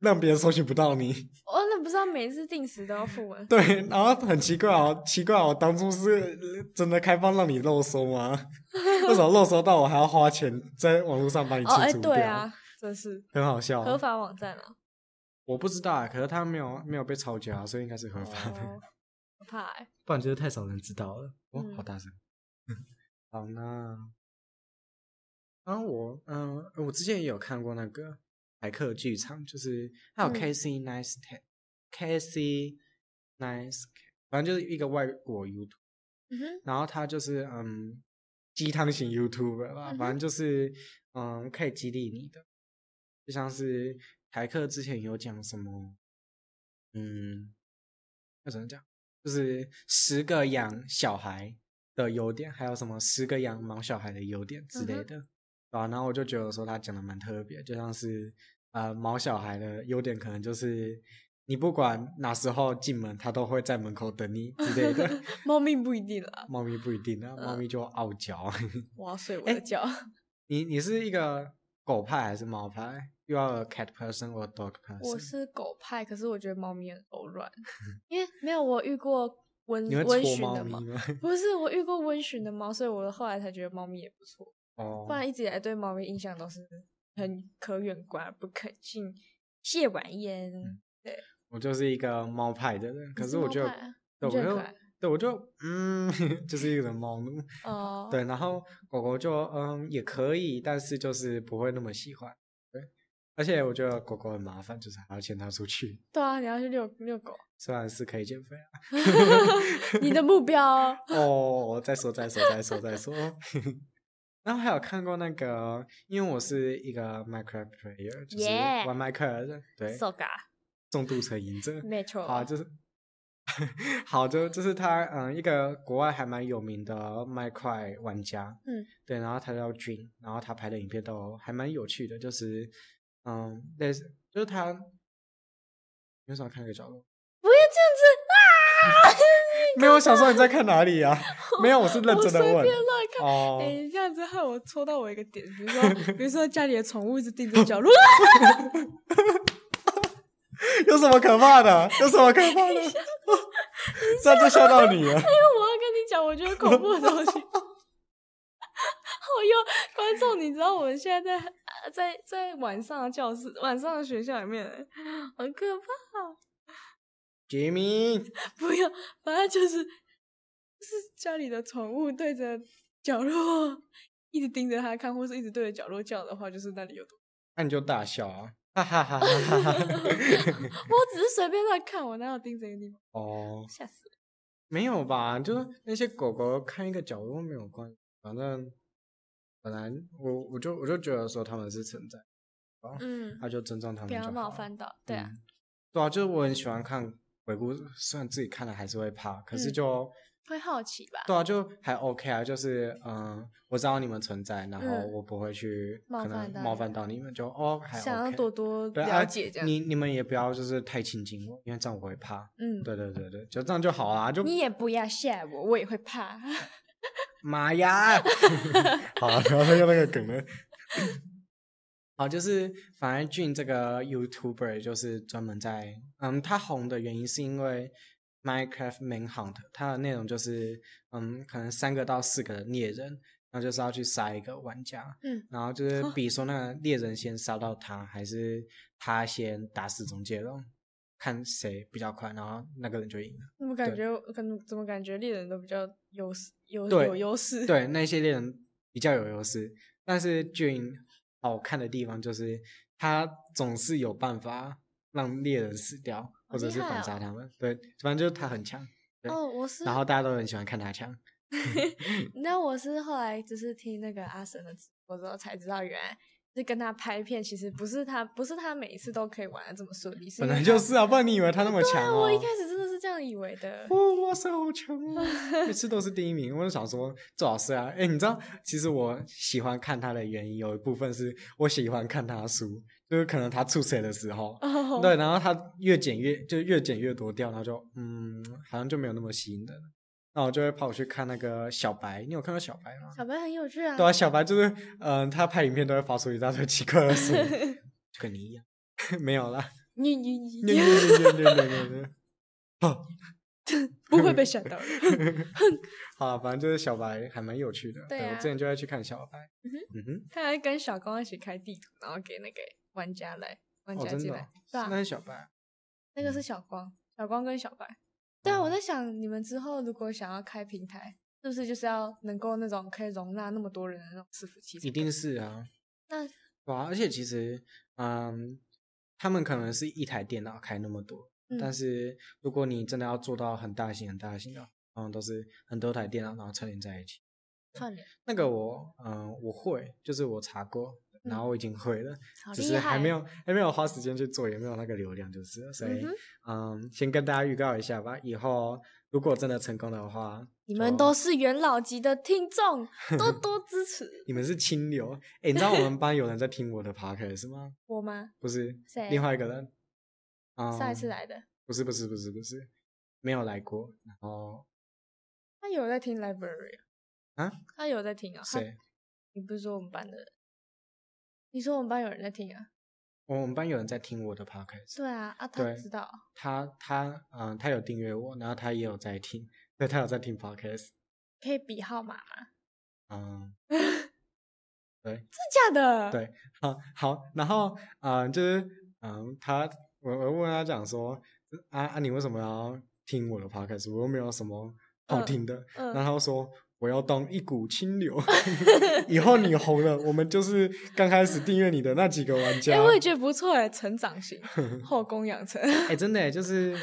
Speaker 2: 让别人搜寻不到你。
Speaker 1: 我哦那不是要每次定时都要付吗？
Speaker 2: 对，然后很奇怪哦，奇怪哦，当初是呃真的开放让你漏搜吗？ 为什么漏搜到我还要花钱在网络上把你
Speaker 1: 哦，哎、
Speaker 2: 清除掉？哦
Speaker 1: 对啊，真是
Speaker 2: 很好笑、
Speaker 1: 合法网站啊，
Speaker 2: 我不知道啊，可是他没有没有被抄家，所以应该是合法的，
Speaker 1: 哦，可怕、欸，
Speaker 2: 不然就是太少人知道了。哦，
Speaker 1: 嗯
Speaker 2: 好大声。 好，那然后我嗯、我之前也有看过那个骇客剧场，就是还有
Speaker 1: 嗯
Speaker 2: Casey Neistat，Casey Neistat，反正就是一个外国 YouTube。
Speaker 1: 嗯哼，
Speaker 2: 然后他就是嗯鸡汤型 YouTube
Speaker 1: 嗯
Speaker 2: 吧，
Speaker 1: 哼
Speaker 2: 反正就是嗯可以激励你的，就像是台课之前有讲什么，嗯，要怎么讲？就是十个养小孩的优点，还有什么十个养毛小孩的优点之类的，对啊？然后我就觉得说他讲的蛮特别，就像是呃毛小孩的优点可能就是。你不管哪时候进门，它都会在门口等你之类的。
Speaker 1: 猫咪不一定啦，
Speaker 2: 猫咪不一定啊，猫咪就傲娇。
Speaker 1: 我要睡我的觉。
Speaker 2: 你你是一个狗派还是猫派？You are a cat person or a dog person？
Speaker 1: 我是狗派，可是我觉得猫 咪很柔软，因为没有我遇过温
Speaker 2: 你会
Speaker 1: 温
Speaker 2: 搓
Speaker 1: 驯
Speaker 2: 猫
Speaker 1: 的
Speaker 2: 咪
Speaker 1: 猫，
Speaker 2: 吗？
Speaker 1: 不是我遇过温驯的猫，所以我后来才觉得猫咪也不错。
Speaker 2: 哦
Speaker 1: 不，然一直以来对猫咪印象都是很可远观不可近，谢婉言。
Speaker 2: 我就是一个猫派的人，嗯可是我
Speaker 1: 猫
Speaker 2: 就
Speaker 1: 派啊
Speaker 2: 对
Speaker 1: 你觉
Speaker 2: 我
Speaker 1: 得很
Speaker 2: 就
Speaker 1: 可爱
Speaker 2: 对我就嗯， 就是一个猫奴。
Speaker 1: 哦，
Speaker 2: 对，然后狗狗就嗯也可以，但是就是不会那么喜欢。对，而且我觉得狗狗很麻烦，就是还要牵它出去，
Speaker 1: 对啊，你要去遛遛 狗，
Speaker 2: 虽然是可以减肥啊。
Speaker 1: 你的目标
Speaker 2: 哦，再说再说再说再说。然后还有看过那个，因为我是一个 Minecraft player，就是
Speaker 1: Yeah
Speaker 2: 玩麦克的，对，
Speaker 1: ，so ga，
Speaker 2: 重度成瘾症。
Speaker 1: 没错，
Speaker 2: 好，就是 好，就就是他，嗯，一个国外还蛮有名的麦块玩家，
Speaker 1: 嗯，
Speaker 2: 对，然后他叫 Jun，然后他拍的影片都还蛮有趣的，就是，嗯，类似，就是他，你为什么看那个角落？
Speaker 1: 不要
Speaker 2: 没有，我想说你在看哪里啊？没有，我是
Speaker 1: 这
Speaker 2: 认
Speaker 1: 样子啊！我
Speaker 2: 真
Speaker 1: 随
Speaker 2: 的问
Speaker 1: 便。乱看。
Speaker 2: 哦，
Speaker 1: 哎、你这样子害我戳到我一个点，比如 说，比如说家里的宠物一直盯着角落，啊
Speaker 2: 有什么可怕的？有什么可 怕的？这样就吓到你了。
Speaker 1: 我要跟你讲，我觉得恐怖的东西。 哦哟，观众，你知道我们现在在啊在在晚上的教室、晚上的学校里面，很可怕。
Speaker 2: Jimmy，
Speaker 1: 不要，反正就是就是家里的宠物对着角落一直盯着它看，或是一直对着角落叫的话，就是那里有 东西。
Speaker 2: 那你就大笑啊！ 哈哈哈哈哈哈！
Speaker 1: 我只是随便乱看，我哪有盯着一个地方？
Speaker 2: 哦，
Speaker 1: 吓死了！
Speaker 2: 没有吧？就是那些狗狗看一个角落没有关系，反正本来我我就我就觉得说他们是存在，
Speaker 1: 嗯，
Speaker 2: 那就尊重他们
Speaker 1: 不
Speaker 2: 就好
Speaker 1: 要
Speaker 2: 了。
Speaker 1: 冒犯到。对啊，
Speaker 2: 嗯对啊，就是我很喜欢看鬼故事，虽然自己看了还是会怕，可是
Speaker 1: 嗯
Speaker 2: 就。
Speaker 1: 会好奇吧？
Speaker 2: 对啊，就还 OK 啊，就是嗯，我知道你们存在，然后
Speaker 1: 嗯
Speaker 2: 我不会去、
Speaker 1: 冒
Speaker 2: 可
Speaker 1: 犯
Speaker 2: 能
Speaker 1: 到
Speaker 2: 冒
Speaker 1: 你
Speaker 2: 犯到你们，就哦还 OK。
Speaker 1: 想要多多
Speaker 2: 对啊
Speaker 1: 了解这样。
Speaker 2: 你你们也不要就是太亲近我，因为这样我会怕。
Speaker 1: 嗯，
Speaker 2: 对对对对，就这样就好啦，就
Speaker 1: 你也不要吓我，我也会怕。
Speaker 2: 妈呀！ 好啊了，不要再用那个梗了。 好，就是反正俊这个 YouTuber 就是专门在，嗯，他红的原因是因为 Minecraft Manhunt，它的内容就是，嗯，可能三个到四个猎人，然后就是要去杀一个玩家，
Speaker 1: 嗯，
Speaker 2: 然后就是比如说那个猎人先杀到他，还是他先打死中介龙，看谁比较快，然后那个人就赢了。
Speaker 1: 怎么感觉？感怎么感觉猎人都比较优势，有
Speaker 2: 对
Speaker 1: 有优势？，
Speaker 2: 对，那些猎人比较有优势，但是俊好看的地方就是他总是有办法让猎人死掉，或者是
Speaker 1: 厉害
Speaker 2: 反
Speaker 1: 哦
Speaker 2: 杀他们。对，反正就是他很强，对
Speaker 1: 哦，我是
Speaker 2: 然后大家都很喜欢看他强。
Speaker 1: 你知道我是后来就是听那个阿神的直播之后才知道，原来是跟他拍片，其实不是他，不是他每一次都可以玩的这么顺利，是
Speaker 2: 本
Speaker 1: 因为
Speaker 2: 来
Speaker 1: 他
Speaker 2: 就是啊，不然你以为他那么强
Speaker 1: 对啊，
Speaker 2: 哦？
Speaker 1: 我一开始真的是这样以为的。
Speaker 2: 哦，哇塞，好强哦！每次都是第一名，我就想说，最好是啊。哎、你知道，其实我喜欢看他的原因，有一部分是我喜欢看他输，就是可能他出水的时候，
Speaker 1: 哦，
Speaker 2: 对，然后他越剪越就越剪越多掉，然后就嗯，好像就没有那么吸引人了。那我就会跑去看那个小白，你有看到小白吗？
Speaker 1: 小白很有趣啊。
Speaker 2: 对啊，小白就是嗯、他拍影片都会发出一大堆奇怪的声 音，就跟你一样， 没有啦，
Speaker 1: 你你你
Speaker 2: 没有没有没有没有没有没有。
Speaker 1: 不会被吓到的。
Speaker 2: 好啦，反正就是小白还蛮有趣的。
Speaker 1: 对
Speaker 2: 我
Speaker 1: 啊
Speaker 2: 之前就会去看小白。
Speaker 1: 嗯
Speaker 2: 嗯哼，
Speaker 1: 他还跟小光一起开地图，然后给那个玩家来，玩
Speaker 2: 哦，
Speaker 1: 家
Speaker 2: 真
Speaker 1: 进
Speaker 2: 的
Speaker 1: 来。
Speaker 2: 哦，
Speaker 1: 对啊
Speaker 2: 那是小白。
Speaker 1: 那个是小光，小光跟小白。对
Speaker 2: 嗯
Speaker 1: 啊，我在想你们之后如果想要开平台，是不是就是要能够那种可以容纳那么多人的那种伺服器？
Speaker 2: 一定是啊。
Speaker 1: 那
Speaker 2: 对啊，而且其实，嗯，他们可能是一台电脑开那么多，
Speaker 1: 嗯
Speaker 2: 但是如果你真的要做到很大型、很大型的，嗯，都是很多台电脑然后串联在一起。
Speaker 1: 串联，
Speaker 2: 那个我，嗯，我会，就是我查过，然后我已经会了，
Speaker 1: 好
Speaker 2: 只
Speaker 1: 厉
Speaker 2: 是
Speaker 1: 害，
Speaker 2: 还没有还没有花时间去做，也没有那个流量，就是了所以
Speaker 1: 嗯哼
Speaker 2: 嗯先跟大家预告一下吧。以后如果真的成功的话，
Speaker 1: 你们
Speaker 2: 就
Speaker 1: 都是元老级的听 众，
Speaker 2: 嗯
Speaker 1: 多多支持
Speaker 2: 你们是清流。哎，你知道我们班有人在听我的 podcast 吗？
Speaker 1: 我吗？
Speaker 2: 不是，
Speaker 1: 谁？
Speaker 2: 另外一个人。嗯、
Speaker 1: 上一次来的，
Speaker 2: 不是不是不是不是，没有来过。然后
Speaker 1: 他有在听 library
Speaker 2: 啊？
Speaker 1: 他有在听啊？他
Speaker 2: 谁？
Speaker 1: 你不是说我们班的人？你说我们班有人在听啊？
Speaker 2: 我们班有人在听我的 podcast，
Speaker 1: 对啊，啊，他
Speaker 2: 对
Speaker 1: 知道，
Speaker 2: 他他嗯、他有订阅我，然后他也有在听，对，他有在听 podcast，
Speaker 1: 可以比号码吗？
Speaker 2: 嗯，
Speaker 1: 真假的？
Speaker 2: 对好好，然后嗯、就是嗯、他我我问他讲说啊啊你为什么要听我的 podcast？我又没有什么好听的，
Speaker 1: 嗯
Speaker 2: 然后他说。我要当一股 清流，以后你红了，我们就是刚开始订阅你的那几个玩家。
Speaker 1: 哎、我也觉得不错哎，成长 型后宫养成，
Speaker 2: 哎、真的欸就是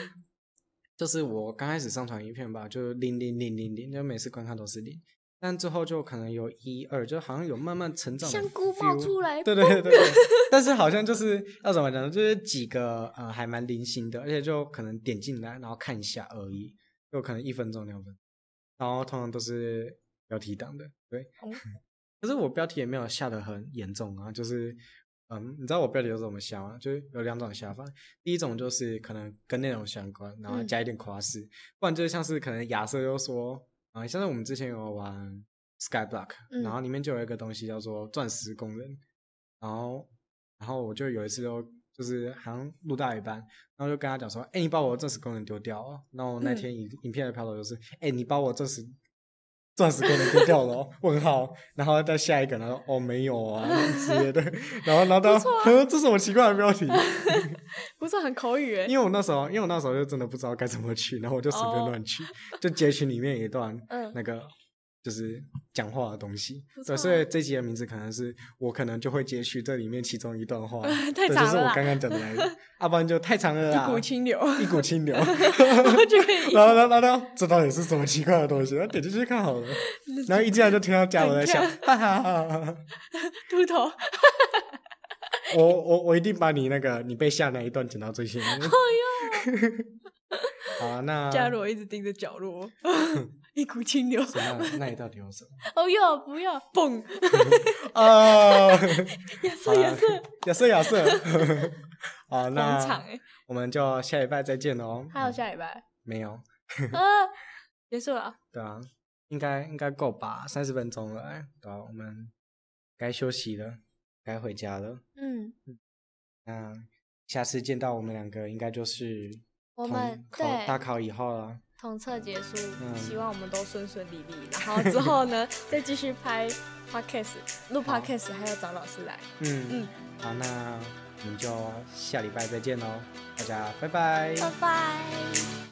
Speaker 2: 就是我刚开始上传影片吧，就是零零零零零，就每次观看都是零，但之后就可能有一二，就好像有慢慢成长的 feel。
Speaker 1: 香菇冒出来，
Speaker 2: 对对对对 对，但是好像就是要怎么讲呢，就是几个呃还蛮零星的，而且就可能点进来然后看一下而已，就可能一分钟两分钟，然后通常都是标题党的，对
Speaker 1: 哦。
Speaker 2: 可是我标题也没有下的很严重啊，就是嗯，你知道我标题都怎么下吗？就是有两种下法，第一种就是可能跟内容相关，然后
Speaker 1: 嗯
Speaker 2: 加一点夸饰，不然就是像是可能亚瑟又说啊、像是我们之前有玩 Skyblock，、
Speaker 1: 嗯
Speaker 2: 然后里面就有一个东西叫做钻石工人，然后然后我就有一次就就是好像录到一半，然后就跟他讲说，哎、你把我的钻石功能丢掉哦。然后
Speaker 1: 嗯
Speaker 2: 那天影、影片的飘头就是，哎、你把我钻石钻石功能丢掉了、哦，问号。然后到下一个，然后哦没有啊之类的，然后然后到，
Speaker 1: 啊
Speaker 2: 呵这是我奇怪的标题，
Speaker 1: 不是很口语哎。
Speaker 2: 因为我那时候因为我那时候就真的不知道该怎么取，然后我就随便
Speaker 1: 哦
Speaker 2: 乱取，就截取里面一段
Speaker 1: 嗯，
Speaker 2: 那个就是讲话的东西
Speaker 1: 不。错，
Speaker 2: 对，所以这集的名字可能是我可能就会截取这里面其中一段话
Speaker 1: 太
Speaker 2: 对，就
Speaker 1: 长
Speaker 2: 是
Speaker 1: 了
Speaker 2: 我
Speaker 1: 啦
Speaker 2: 刚刚讲的那个，要不然就太长了啦，
Speaker 1: 一股清 流，
Speaker 2: 一股清流。
Speaker 1: 我就可以
Speaker 2: 啊然后，然后，然后，这到底是什么奇怪的东西？然后点进去看好了，然后一进来就听到加我在笑，哈哈哈哈哈！
Speaker 1: 秃头，
Speaker 2: 我我我一定把你那个你被吓那一段剪到最前面。
Speaker 1: 哦
Speaker 2: 好啊，那
Speaker 1: 伽罗一直盯着角 落，一股清流。
Speaker 2: 怎么样？那你到底有什么？
Speaker 1: 哦哟，不要，蹦，
Speaker 2: 啊，
Speaker 1: 亚瑟亚瑟，
Speaker 2: 亚瑟，亚瑟， 好，
Speaker 1: 广场
Speaker 2: 那
Speaker 1: 哎，
Speaker 2: 我们就下礼拜再见喽。
Speaker 1: 还有
Speaker 2: 嗯
Speaker 1: 下礼 拜，
Speaker 2: 没有？
Speaker 1: 啊，结束了，
Speaker 2: 对啊，应该应该够吧，三十分钟了，哎对啊，我们该休息了，该回家了。
Speaker 1: 嗯，
Speaker 2: 那下次见到我们两个，应该就是
Speaker 1: 我们
Speaker 2: 统考
Speaker 1: 对
Speaker 2: 大考以后了。
Speaker 1: 统测结束，
Speaker 2: 嗯
Speaker 1: 希望我们都顺顺利利，然 后之后呢，再继续拍 podcast，录
Speaker 2: 好
Speaker 1: podcast，还要找老师来，
Speaker 2: 嗯
Speaker 1: 嗯，
Speaker 2: 好，哦那我们就下礼拜再见喽，大家拜拜。
Speaker 1: 拜拜。